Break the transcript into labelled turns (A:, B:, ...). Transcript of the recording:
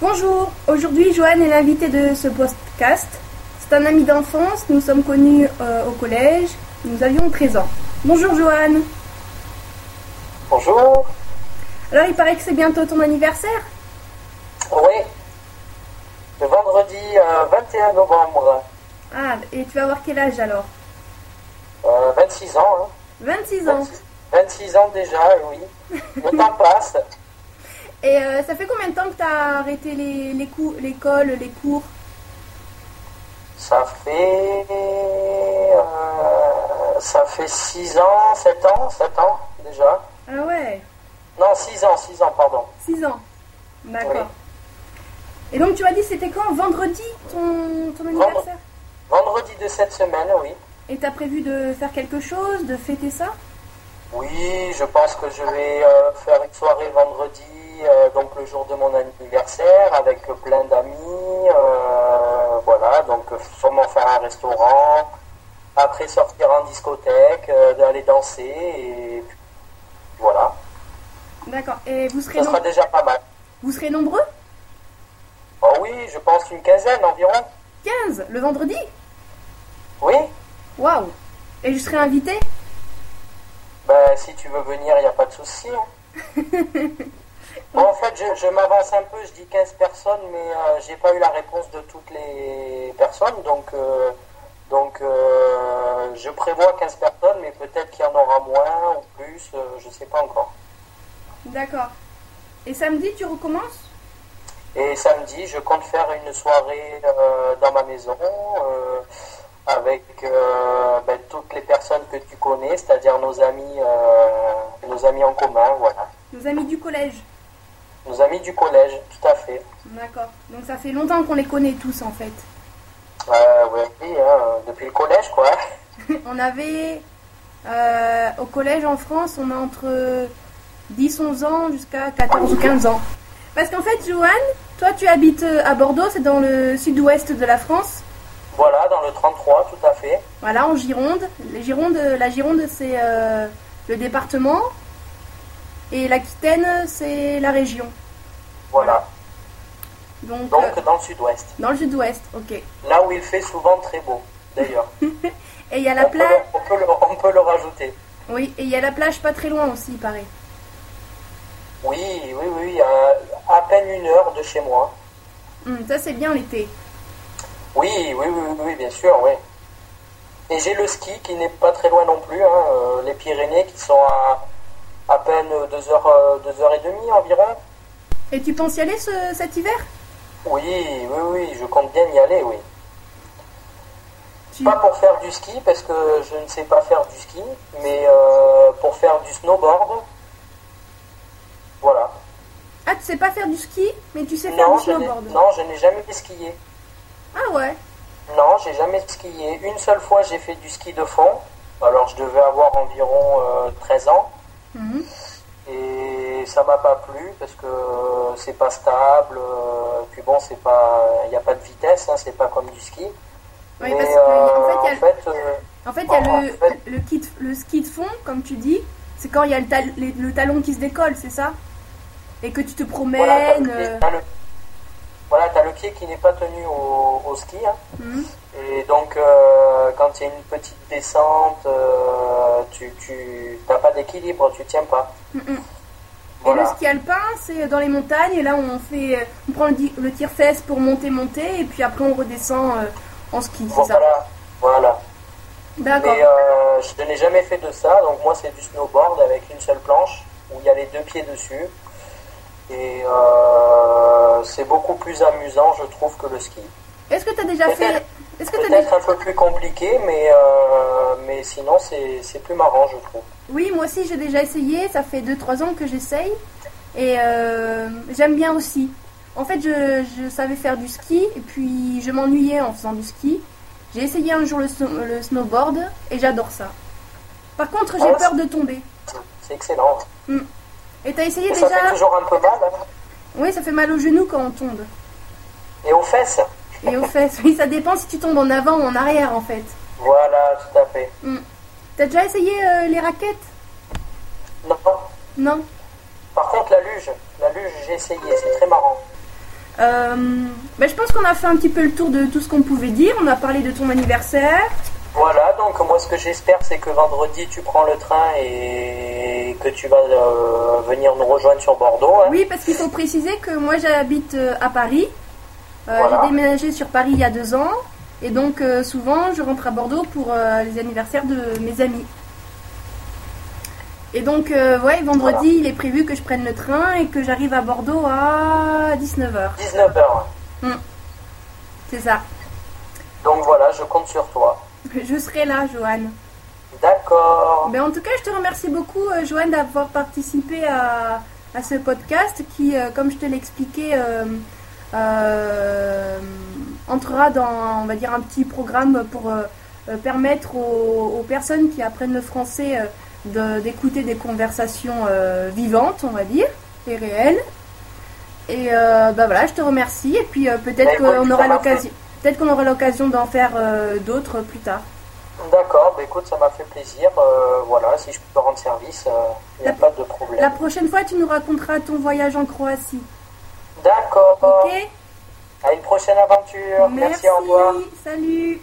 A: Bonjour, aujourd'hui Joanne est l'invitée de ce podcast. C'est un ami d'enfance, nous sommes connus euh, au collège, nous avions 13 ans. Bonjour Joanne.
B: Bonjour.
A: Alors il paraît que c'est bientôt ton anniversaire
B: Oui. Le vendredi euh, 21 novembre.
A: Ah, et tu vas avoir quel âge alors
B: Euh, 26 ans. hein.
A: 26 ans.
B: 26 ans déjà, euh, oui. Le temps passe.
A: Et euh, ça fait combien de temps que tu as arrêté les, les cou- l'école, les cours
B: Ça fait. euh, ça fait 6 ans, 7 ans, 7 ans déjà.
A: Ah ouais,
B: Non, 6 ans, 6 ans, pardon.
A: 6 ans. D'accord. Et donc tu m'as dit c'était quand Vendredi ton, ton anniversaire
B: Vendredi de cette semaine, oui.
A: Et t'as prévu de faire quelque chose, de fêter ça
B: Oui, je pense que je vais euh, faire une soirée vendredi, euh, donc le jour de mon anniversaire, avec plein d'amis. euh, voilà, donc euh, sûrement faire un restaurant, après sortir en discothèque, euh, d'aller danser, et puis voilà,
A: D'accord. Et vous serez,
B: ce sera
A: nom-
B: déjà pas mal.
A: vous serez nombreux
B: Oh oui, je pense une quinzaine environ.
A: 15 le vendredi
B: Oui,
A: Waouh Et je serai invitée
B: ben si tu veux venir, il n'y a pas de souci. hein. Bon, en fait, je, je m'avance un peu, je dis 15 personnes, mais euh, j'ai pas eu la réponse de toutes les personnes, donc, euh, donc euh, je prévois 15 personnes, mais peut-être qu'il y en aura moins ou plus, euh, je sais pas encore.
A: D'accord. Et samedi tu recommences
B: Et samedi, je compte faire une soirée euh, dans ma maison euh, avec euh, ben, toutes les personnes que tu connais, c'est-à-dire nos amis, euh, nos amis en commun, voilà.
A: Nos amis du collège.
B: Nos amis du collège, tout à fait.
A: D'accord. Donc ça fait longtemps qu'on les connaît tous en fait.
B: Euh, ouais, oui, hein, depuis le collège, quoi.
A: On avait euh, au collège en France, on a entre 10-11 ans jusqu'à 14 ou 15 ans. Parce qu'en fait, Joanne, toi tu habites euh, à Bordeaux, c'est dans le sud-ouest de la France.
B: Voilà, dans le 33, tout à fait.
A: Voilà, en Gironde. Les Girondes- la Gironde, c'est euh, le département. Et l'Aquitaine, c'est la région.
B: Voilà,
A: Donc, euh,
B: donc dans le sud-ouest.
A: dans le sud-ouest, ok. Et
B: Là où il fait souvent très beau, d'ailleurs.
A: il y a la
B: On, peut
A: plage.
B: le- on peut le- on peut le rajouter.
A: Oui, et il y a la plage pas très loin aussi, il paraît.
B: Oui, oui, oui, euh, à peine une heure de chez moi.
A: Hum, ça, c'est bien l'été.
B: Oui, oui, oui, oui, bien sûr, oui. Et j'ai le ski qui n'est pas très loin non plus, hein, euh, les Pyrénées qui sont à à peine 2 heures, euh, deux heures et demie environ.
A: Et tu penses y aller ce- cet hiver
B: Oui, oui, oui, je compte bien y aller, oui.
A: Tu-
B: Pas pour faire du ski, parce que je ne sais pas faire du ski, mais euh, pour faire du snowboard. Voilà.
A: Ah, tu sais pas faire du ski, mais tu sais faire
B: Non
A: du
B: je, n'ai,
A: snowboard.
B: non, je n'ai jamais skié.
A: Ah ouais
B: Non, j'ai jamais skié. Une seule fois, j'ai fait du ski de fond. Alors, je devais avoir environ euh, 13 ans.
A: Mhm.
B: Et ça m'a pas plu parce que euh, c'est pas stable. euh, Puis bon, c'est pas, il n'y a pas de vitesse, hein, c'est pas comme du ski.
A: Oui,
B: Mais,
A: parce que,
B: euh,
A: en fait, il y a-
B: euh,
A: En fait, il y a
B: En
A: le,
B: fait-
A: le, kit- le ski de fond, comme tu dis, c'est quand il y a le, tal- les- le talon qui se décolle, c'est ça Et que tu te
B: Voilà, t'as
A: promènes.
B: le,
A: euh,
B: pied- t'as le- voilà, t'as le pied qui n'est pas tenu au, au ski. hein.
A: mhm.
B: Et donc, euh, quand il y a une petite descente, euh, tu tu- t'as pas d'équilibre, tu tiens pas.
A: Mhm. Et le
B: Voilà.
A: ski alpin, c'est dans les montagnes, et là on fait, on prend le, di- le tire-fesse pour monter, monter, et puis après on redescend euh, en ski, c'est ça
B: Voilà. Voilà.
A: D'accord.
B: Mais euh, je n'ai jamais fait de ça, donc moi c'est du snowboard avec une seule planche où il y a les deux pieds dessus. Et euh, c'est beaucoup plus amusant, je trouve, que le ski.
A: Est-ce que tu as déjà fait...
B: peut-être-
A: Est-ce que t'as déjà...
B: Peut-être un peu plus compliqué, mais, euh, mais sinon c'est c'est plus marrant, je trouve.
A: Oui, moi aussi j'ai déjà essayé, ça fait 2-3 ans que j'essaye et euh, j'aime bien aussi. En fait, je, je savais faire du ski et puis je m'ennuyais en faisant du ski. J'ai essayé un jour le, sno- le snowboard et j'adore ça. Par contre, j'ai
B: Ah ouais,
A: peur de tomber.
B: C'est excellent.
A: Et t'as essayé
B: Et ça fait
A: déjà
B: toujours un peu mal, hein.
A: Oui, ça fait mal aux genoux quand on tombe.
B: Et aux fesses.
A: Et aux fesses. Oui, ça dépend si tu tombes en avant ou en arrière en fait.
B: Voilà, tout à fait.
A: T'as déjà essayé euh, les raquettes
B: Non.
A: Non
B: Par contre, la luge, la luge, j'ai essayé, c'est très marrant.
A: Euh, ben, je pense qu'on a fait un petit peu le tour de tout ce qu'on pouvait dire. On a parlé de ton anniversaire.
B: Voilà, donc moi ce que j'espère c'est que vendredi tu prends le train et que tu vas euh, venir nous rejoindre sur Bordeaux. hein.
A: Oui, parce qu'il faut préciser que moi j'habite euh, à Paris. Euh,
B: Voilà.
A: J'ai déménagé sur Paris il y a deux ans. Et donc euh, souvent je rentre à Bordeaux pour euh, les anniversaires de mes amis. Et donc euh, ouais, vendredi
B: Voilà.
A: il est prévu que je prenne le train et que j'arrive à Bordeaux à 19h.
B: 19h.
A: C'est ça.
B: Donc voilà, je compte sur toi.
A: Je serai là, Joanne.
B: D'accord.
A: Ben, en tout cas, je te remercie beaucoup, euh, Joanne, d'avoir participé à, à ce podcast qui, euh, comme je te l'ai expliqué, euh, euh, entrera dans, on va dire, un petit programme pour euh, euh, permettre aux, aux personnes qui apprennent le français euh, de- d'écouter des conversations euh, vivantes, on va dire, et réelles. Et euh, ben voilà, je te remercie. Et puis euh, peut-être
B: Ben, écoute,
A: qu'on
B: je
A: aura
B: te remercie.
A: l'occasion, peut-être qu'on aura l'occasion d'en faire euh, d'autres plus tard.
B: D'accord, bah écoute, ça m'a fait plaisir. Euh, voilà, si je peux rendre service, il n'y a
A: La-
B: pas de
A: La
B: problème.
A: prochaine fois, tu nous raconteras ton voyage en Croatie.
B: D'accord.
A: Ok
B: À une prochaine aventure. Merci, au revoir.
A: Salut